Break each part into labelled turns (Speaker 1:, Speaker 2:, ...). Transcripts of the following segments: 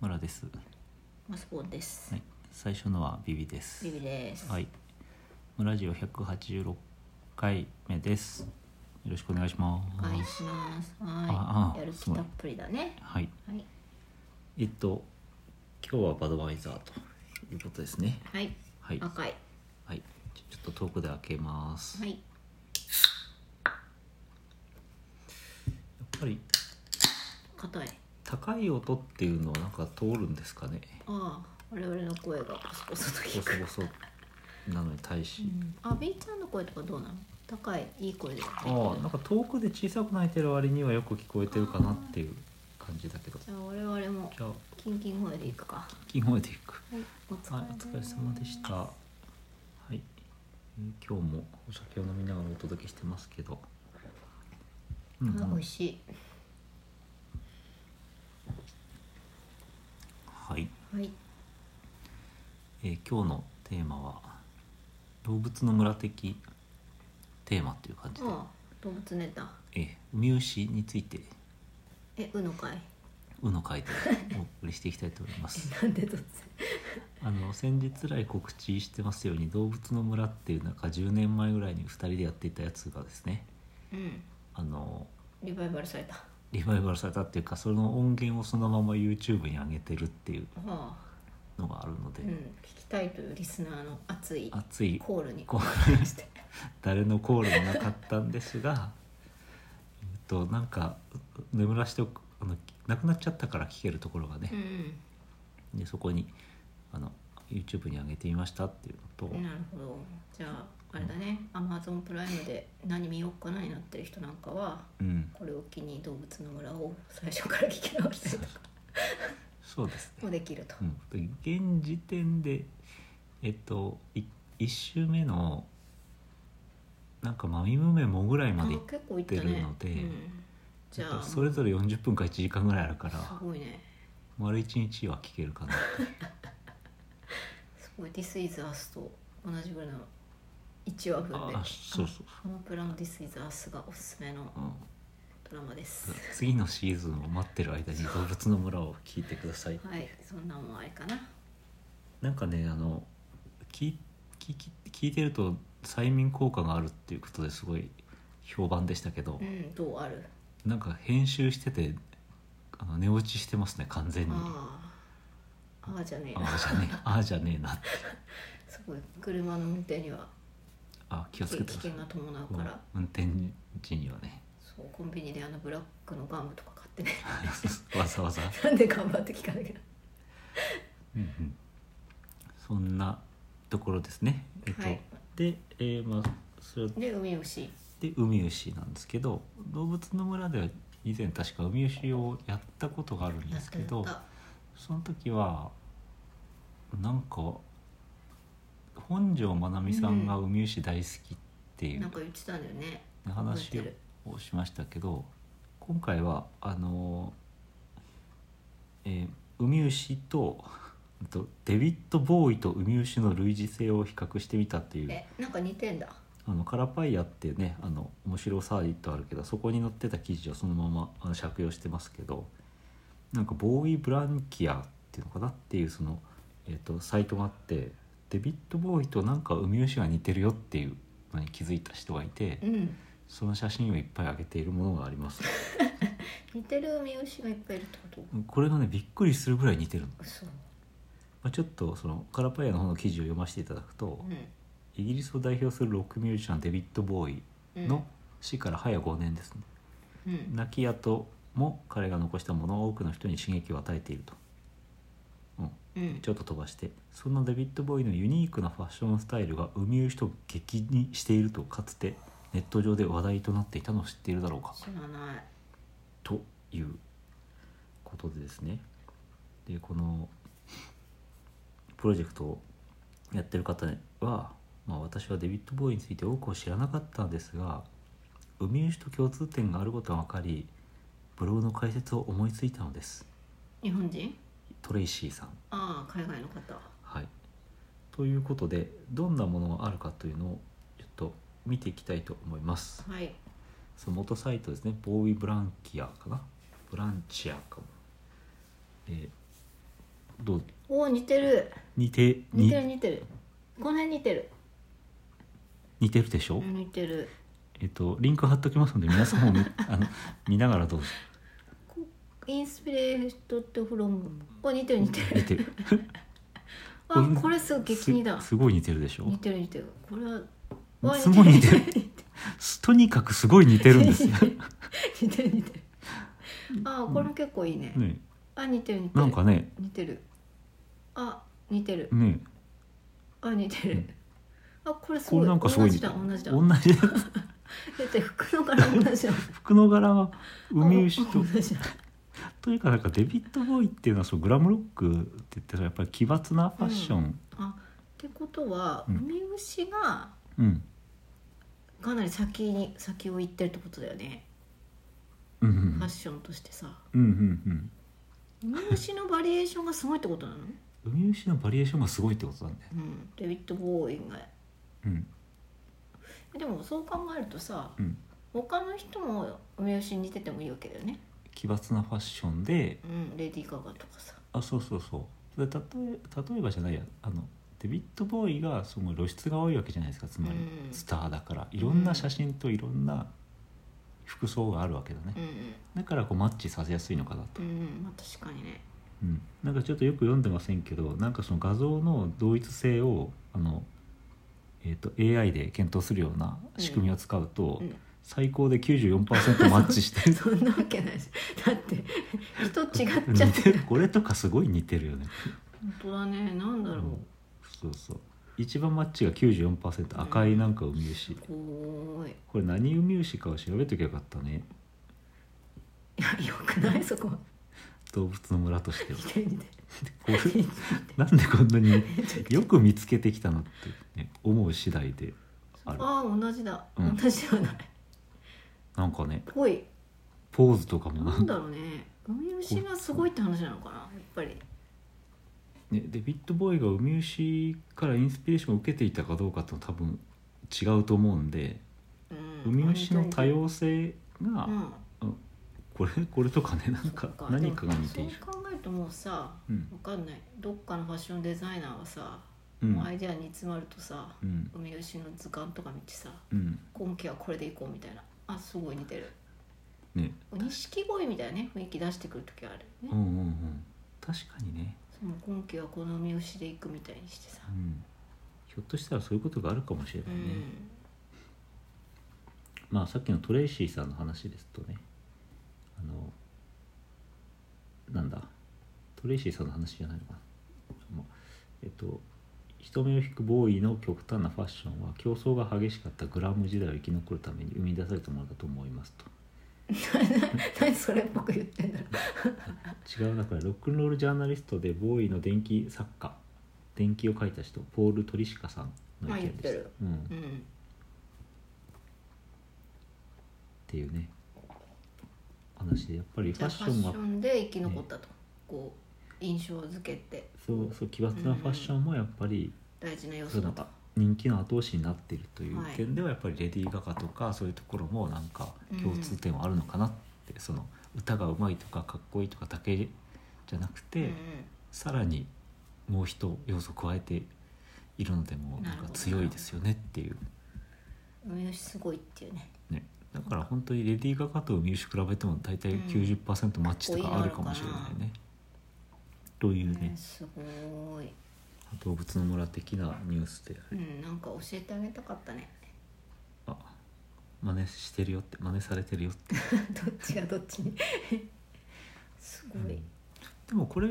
Speaker 1: 村です。
Speaker 2: マスボンです
Speaker 1: は。い、最初のはビビです。
Speaker 2: ビビです。
Speaker 1: はい、村ジオ186回目です。よろしくお願いしま
Speaker 2: お願い
Speaker 1: す。
Speaker 2: します。
Speaker 1: あ
Speaker 2: は
Speaker 1: あ
Speaker 2: い。やる
Speaker 1: す
Speaker 2: 気
Speaker 1: ごい
Speaker 2: たっぷりだね。
Speaker 1: はい、
Speaker 2: はい。
Speaker 1: えっと、今日はバドワイザーということですね。
Speaker 2: はい。
Speaker 1: はい、は
Speaker 2: 赤い。
Speaker 1: い、ちょちょっと遠くで開けます。
Speaker 2: は
Speaker 1: や
Speaker 2: い。
Speaker 1: っぱり
Speaker 2: 硬い。
Speaker 1: 高い音っていうのはなんか通るんですかね。
Speaker 2: ああ、我々の声がコソコソ
Speaker 1: ボ
Speaker 2: と聞
Speaker 1: ソ
Speaker 2: く
Speaker 1: ボ。ソなのに対し。
Speaker 2: うんあ、ビーちゃんの声とかどうなの？高い、いい声で。
Speaker 1: ああなんか遠くで小さく鳴いてる割にはよく聞こえてるかなっていう感じだけどじ
Speaker 2: じゃあ我々も
Speaker 1: ゃあ
Speaker 2: キンキン声でいくか。
Speaker 1: 聞こえていく
Speaker 2: はい。お
Speaker 1: はいお
Speaker 2: 疲
Speaker 1: 疲
Speaker 2: れ
Speaker 1: れ様でした
Speaker 2: は
Speaker 1: はい、えー今日もお酒を飲みながらお届けしてますけど、うん
Speaker 2: い美
Speaker 1: は
Speaker 2: 味しい。
Speaker 1: い、
Speaker 2: はい。
Speaker 1: えー今日のテーマは「動物の村的テーマ」という感じで、
Speaker 2: ああ、動物ネタ。
Speaker 1: えー、ウミウシについて
Speaker 2: え、うのかい。
Speaker 1: 「う」の回でお送りしていきたいと思います
Speaker 2: なんで突然。
Speaker 1: あの先日来告知してますように「動物の村」っていうなんか10年前ぐらいに2人でやっていたやつがですね
Speaker 2: うん。
Speaker 1: あの
Speaker 2: リバイバルされた。は
Speaker 1: リバイバルされたっていうかその音源をそのまま YouTube に上げてるっていう
Speaker 2: あ。
Speaker 1: のがあるので、
Speaker 2: うん、聞きたいというリスナーの熱い
Speaker 1: 熱い
Speaker 2: コールに
Speaker 1: コ
Speaker 2: ールして
Speaker 1: 誰のコールもなかったんですがえっとなんか眠らしておくあのなくなっちゃったから聞けるところがね
Speaker 2: う、ん
Speaker 1: でそこにあの YouTube に上げてみましたっていうのと、
Speaker 2: うんなるほどじゃああれだね Amazon プライムで何見ようかなになってる人なんかは
Speaker 1: うん、
Speaker 2: これを機に動物の村を最初から聞き直したりとか
Speaker 1: そうですね
Speaker 2: もできると、
Speaker 1: うん、現時点でえっとい1周目のなんか「まみむめも」ぐらいま
Speaker 2: あ
Speaker 1: で
Speaker 2: 結構いったね
Speaker 1: 行ってるので
Speaker 2: うん、じゃあ
Speaker 1: それぞれ40分か1時間ぐらいあるか
Speaker 2: す
Speaker 1: ら
Speaker 2: ごいね
Speaker 1: 丸1日は聞けるかな
Speaker 2: すごい「This is Us」と同じぐらいの1話分で
Speaker 1: あそうそう
Speaker 2: アマプラの「This is Us」がおすすめの
Speaker 1: うん、
Speaker 2: ドラマです
Speaker 1: 次のシーズンを待ってる間に「動物の村」を聞いてください
Speaker 2: はいそんなもんあれかな
Speaker 1: なんかねあの聞聞聞聞いてると催眠効果があるっていうことですごい評判でしたけど、
Speaker 2: うんどうある
Speaker 1: なんか編集しててあの寝落ちしてますね完全にあ
Speaker 2: ああああじゃねえ
Speaker 1: あ
Speaker 2: な
Speaker 1: じゃねえああじゃねえなって
Speaker 2: すごい車の運転には
Speaker 1: あ気
Speaker 2: 危
Speaker 1: をつけ
Speaker 2: 険
Speaker 1: て
Speaker 2: 危
Speaker 1: ください
Speaker 2: 険が伴う
Speaker 1: うん
Speaker 2: から
Speaker 1: 運転時には ね
Speaker 2: そうコンビニであのブラックのガムとか買ってね
Speaker 1: わざわざ、
Speaker 2: なんで頑張って聞かなきゃ
Speaker 1: うんうん、そんなところですねえっと、
Speaker 2: はい
Speaker 1: で、えーまあそれ
Speaker 2: で海牛
Speaker 1: でウミウシなんですけど動物の村では以前確かウミウシをやったことがあるん
Speaker 2: や
Speaker 1: で
Speaker 2: っ
Speaker 1: す
Speaker 2: た
Speaker 1: け
Speaker 2: やっ
Speaker 1: ど
Speaker 2: た
Speaker 1: その時はなんか本上まなみさんがウミウシ大好きっていう
Speaker 2: なんか言ってたんだよね
Speaker 1: 話
Speaker 2: 覚えてる
Speaker 1: をしましたけど今回はあの、えーウミウシとえっとデビッド・ボーイとウミウシの類似性を比較してみたという
Speaker 2: えなんか似てんだ
Speaker 1: あのカラパイヤっていうねあの面白サイトあるけどそこに載ってた記事をそのままあの借用してますけどなんかボーイ・ブランキアっていうのかなっていうその、えっとサイトがあってデビッド・ボーイとなんかウミウシが似てるよっていうのに気づいた人がいて。
Speaker 2: うん
Speaker 1: その写真をいっぱい上げているものがあります。
Speaker 2: 似てる海牛がいっぱいいるってこと
Speaker 1: これがねびっくりするぐらい似てるの。
Speaker 2: 嘘
Speaker 1: まあ、ちょっとそのカラパイヤの方の記事を読ませていただくと
Speaker 2: う、ん
Speaker 1: イギリスを代表するロックミュージシャンデビッド・ボーイ
Speaker 2: うん
Speaker 1: の死から早5年ですね。
Speaker 2: うん
Speaker 1: 亡き後も彼が残したものは多くの人に刺激を与えていると。うん、
Speaker 2: うん
Speaker 1: ちょっと飛ばしてそんなデビッド・ボーイのユニークなファッションスタイルがウミウシと激似しているとかつてネット上で話題となっていたのを知っているだろうか
Speaker 2: 知らない
Speaker 1: ということでですねでこのプロジェクトをやってる方は、まあ、私はデビッド・ボーイについて多くを知らなかったんですがウミウシと共通点があることが分かりブログの解説を思いついたのです
Speaker 2: 日本人
Speaker 1: トレイシーさん。
Speaker 2: ああ海外の方
Speaker 1: はい、ということでどんなものがあるかというのをちょっと見ていきたいと思います。
Speaker 2: はい
Speaker 1: その元サイトですねボーイ・ブランキアかなブランチアかも、えーどう
Speaker 2: おお似てる
Speaker 1: 似て
Speaker 2: 似
Speaker 1: に
Speaker 2: てる似てるこの辺似てる
Speaker 1: 似てるでしょ、
Speaker 2: うん似てる
Speaker 1: えっとリンク貼っときますので皆さんも 見あの見ながらどうぞ
Speaker 2: インスピレートってフロムこれ似てる似 て
Speaker 1: 似
Speaker 2: る
Speaker 1: て る
Speaker 2: あこれすごい激似だ
Speaker 1: すすごい似てるでしょ
Speaker 2: 似てる似てるこれはわ
Speaker 1: すごい似てるすとにかくすごい似てるんですね
Speaker 2: 似てる似てるあこれも結構いいね、あ似てる似てる
Speaker 1: なんかね
Speaker 2: 似てるあ似てる
Speaker 1: ね
Speaker 2: あ似てるあこれす
Speaker 1: こ
Speaker 2: ごい
Speaker 1: れなんかすごい
Speaker 2: 同じ
Speaker 1: 似て
Speaker 2: だ
Speaker 1: る
Speaker 2: 同じだ
Speaker 1: 同じ
Speaker 2: だって服の柄同じだ
Speaker 1: 服の柄は海牛と
Speaker 2: あ同じだ
Speaker 1: というかなんかデビッド・ボーイっていうのはそのグラムロックって言ってそのやっぱり奇抜なファッション、
Speaker 2: あってことは
Speaker 1: うん
Speaker 2: 海牛が
Speaker 1: うん
Speaker 2: かなり先に先を行ってるってことだよね、
Speaker 1: うん、うん
Speaker 2: ファッションとしてさ
Speaker 1: うんうん
Speaker 2: 梅牛のバリエーションがすごいってことなの、
Speaker 1: うん海牛のバリエーションがすごいってことなんだよ、
Speaker 2: うん、デビッド・ボーイが
Speaker 1: うん
Speaker 2: でもそう考えるとさ
Speaker 1: うん、
Speaker 2: 他の人も梅牛に似ててもいいわけだよね、
Speaker 1: 奇抜なファッションで
Speaker 2: うん、レディー・ガガとかさ
Speaker 1: あそうそうそうで例え例えばじゃないやあのデビッド・ボーイがその露出が多いわけじゃないですかつまり
Speaker 2: うん
Speaker 1: スターだからいろんな写真といろんな服装があるわけだね
Speaker 2: うん
Speaker 1: だからこうマッチさせやすいのかなと、
Speaker 2: うん、うんまあ、確かにね
Speaker 1: うん、なんかちょっとよく読んでませんけどなんかその画像の同一性をあの、えー、と AI で検討するような仕組みを使うと、
Speaker 2: うん
Speaker 1: 最高で94%マッチして
Speaker 2: そんなわけないしだって 人違っちゃっ
Speaker 1: 似て
Speaker 2: て
Speaker 1: るこれとかすごい似てるよね
Speaker 2: 本当だねなんだろ
Speaker 1: そうそう一番マッチが94%赤いなんかウミウシ、
Speaker 2: う、おーい
Speaker 1: これ何ウミウシかを調べときゃよかったね
Speaker 2: いやよくないそこは
Speaker 1: 動物の村としては
Speaker 2: 似てる似て
Speaker 1: これなんでこんなによく見つけてきたのって、ね、思う次第である
Speaker 2: ああ同じだ、
Speaker 1: うん
Speaker 2: 同じではない
Speaker 1: なんかね
Speaker 2: ぽい
Speaker 1: ポーズとかもな
Speaker 2: なん
Speaker 1: ん
Speaker 2: だろうね海牛がすごいって話なのかなやっぱり
Speaker 1: ね、デビッド・ボーイがウミウシからインスピレーションを受けていたかどうかと多分違うと思うんで、
Speaker 2: うん
Speaker 1: ウミウシの多様性が、
Speaker 2: うん
Speaker 1: これこれとかねなんか
Speaker 2: そっ
Speaker 1: 何かが似ている
Speaker 2: でもそう考えるともうさわ
Speaker 1: うん
Speaker 2: かんないどっかのファッションデザイナーはさ、
Speaker 1: うん
Speaker 2: もうアイデアに詰まるとさ
Speaker 1: うん
Speaker 2: 海牛の図鑑とか見てさ
Speaker 1: うん
Speaker 2: 今期はこれでいこうみたいなあすごい似てる
Speaker 1: ね
Speaker 2: 錦鯉みたいなね雰囲気出してくる時あるよ
Speaker 1: うん
Speaker 2: ね、
Speaker 1: うんうん確かにね、
Speaker 2: その今期はこの海牛で行くみたいにしてさ、
Speaker 1: うん、ひょっとしたらそういうことがあるかもしれな
Speaker 2: う
Speaker 1: いね、
Speaker 2: ん、
Speaker 1: まあさっきのトレイシーさんの話ですとねあのなんだトレイシーさんの話じゃないのかなそのえっと人目を引くボーイの極端なファッションは競争が激しかったグラム時代を生き残るために生み出されたものだと思いますと
Speaker 2: 何それっぽく言ってんだ ろ
Speaker 1: 違うなこれロックンロールジャーナリストでボーイの電気作家電気を書いた人ポール・トリシカさんの意見
Speaker 2: あ言
Speaker 1: で
Speaker 2: って
Speaker 1: す
Speaker 2: る、
Speaker 1: うん、っ
Speaker 2: う、うん、
Speaker 1: ていうね話でやっぱりフ
Speaker 2: じゃ
Speaker 1: ァッシ
Speaker 2: あファ
Speaker 1: ョン
Speaker 2: ッ
Speaker 1: は
Speaker 2: ションで生き残ったと、こう印象付けて
Speaker 1: そうそう奇抜なファッションもやっぱり
Speaker 2: 大事な要
Speaker 1: そ
Speaker 2: 素
Speaker 1: うな
Speaker 2: だ
Speaker 1: ん
Speaker 2: と
Speaker 1: か人気の後押しになっているという
Speaker 2: はい
Speaker 1: 点ではやっぱりレディー・ガガとかそういうところもなんか
Speaker 2: うん
Speaker 1: 共通点はあるのかなって、その歌がうまいとかかっこいいとかだけじゃなくて、
Speaker 2: うんうん
Speaker 1: さらにもう一要素加えているのでもうなんか強いですよねっていう、
Speaker 2: 海牛すごいっていうね
Speaker 1: ね、だから本当にレディー・ガガとミューシ比べても大体
Speaker 2: うん
Speaker 1: 90%マッチと
Speaker 2: かっこいい
Speaker 1: か
Speaker 2: の
Speaker 1: あるかもしれないね。という
Speaker 2: ね
Speaker 1: ね、
Speaker 2: すごい、
Speaker 1: 動物の村的なニュースであ
Speaker 2: う
Speaker 1: り、
Speaker 2: ん、なんか教えてあげたかったね
Speaker 1: あ真似してるよって真似されてるよって、
Speaker 2: どっちがどっちに すごい、
Speaker 1: でもこれ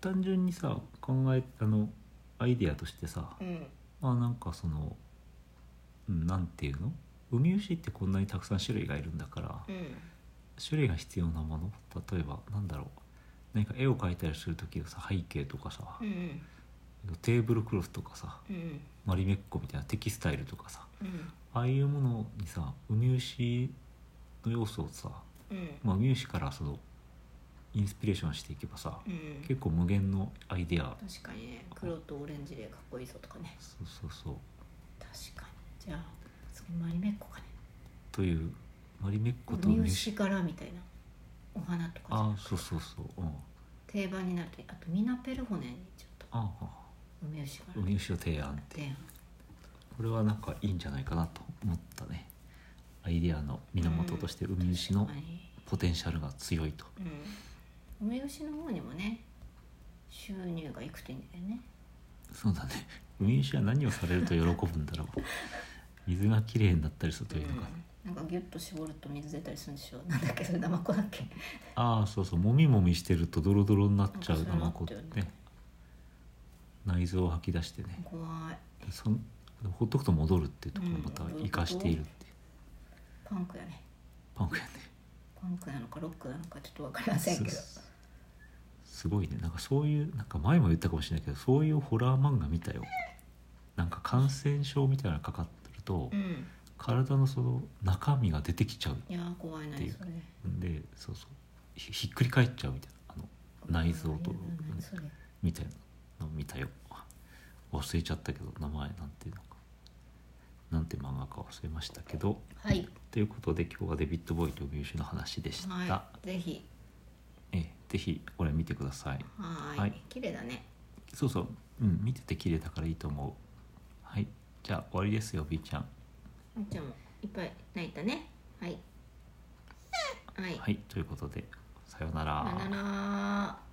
Speaker 1: 単純にさ考えあのアイディアとしてさ、
Speaker 2: うん
Speaker 1: まあなんかその、うん、なんていうのウミウシってこんなにたくさん種類がいるんだから、
Speaker 2: うん
Speaker 1: 種類が必要なもの例えばなんだろう何か絵を描いたりする時のさ背景とかさ、
Speaker 2: うん
Speaker 1: テーブルクロスとかさ
Speaker 2: うん
Speaker 1: マリメッコみたいなテキスタイルとかさ
Speaker 2: うん
Speaker 1: ああいうものにさウミウシの要素をさ、
Speaker 2: うん
Speaker 1: まあ、ウミウシからそのインスピレーションしていけばさ
Speaker 2: うん
Speaker 1: 結構無限のアイデア
Speaker 2: 確かにね黒とオレンジでかっこいいぞとかね
Speaker 1: そうそうそう
Speaker 2: 確かにじゃあ次マリメッコかね
Speaker 1: というマリメッコとウ
Speaker 2: 三
Speaker 1: ミウシ
Speaker 2: 牛柄みたいなお花とかじゃ
Speaker 1: あ
Speaker 2: な
Speaker 1: あ
Speaker 2: く
Speaker 1: そうそうそう、うん、
Speaker 2: 定番になるとあとミナペルホネンにちょっと
Speaker 1: ああ
Speaker 2: 梅牛がある
Speaker 1: 梅酒提案って
Speaker 2: で
Speaker 1: これはなんかいいんじゃないかなと思ったねアイデアの源として梅牛のポテンシャルが強いと
Speaker 2: うん、梅牛の方にもね収入がいくといいんだよね
Speaker 1: そうだね梅酒は何をされると喜ぶんだろう水がきれいになったりするというのか、
Speaker 2: うん、なんかギュッと絞ると水出たりするんでしょ なんだっけそれナマコだっけ
Speaker 1: ああそうそうもみもみしてるとドロドロになっちゃう
Speaker 2: なんかそうな
Speaker 1: 生
Speaker 2: っ
Speaker 1: 子ってて
Speaker 2: るね
Speaker 1: ね内臓を吐き出してね
Speaker 2: 怖い
Speaker 1: そんほっとくと戻るっていうところをまた
Speaker 2: うん
Speaker 1: 生かしているっていう
Speaker 2: パンクやね
Speaker 1: パンクやね
Speaker 2: パンクなのかロックなのかちょっとわかりませんけど
Speaker 1: すすごいねなんかそういうなんか前も言ったかもしれないけどそういうホラー漫画見たよなんか感染症みたいなのかかってると、
Speaker 2: うん
Speaker 1: 体のその中身が出てきちゃう
Speaker 2: いやー怖いな
Speaker 1: っ
Speaker 2: そ
Speaker 1: てい
Speaker 2: れ
Speaker 1: うでそうそうひひっくり返っちゃうみたいなあの内臓と
Speaker 2: 怖いな何それ
Speaker 1: みたいなの見たよ忘れちゃったけど名前なんていうのかなんて漫画か忘れましたけど
Speaker 2: はい
Speaker 1: ということで今日はデビッド・ボーイとミュージの話でした、
Speaker 2: はいぜひ
Speaker 1: ええぜひこれ見てください
Speaker 2: はーい
Speaker 1: はい
Speaker 2: 綺麗だね
Speaker 1: そうそううん見てて綺麗だからいいと思うはいじゃあ終わりですよ B ちゃん
Speaker 2: あんちゃんもいっぱい泣いたねはいはい
Speaker 1: はいということでさようなら
Speaker 2: さよなら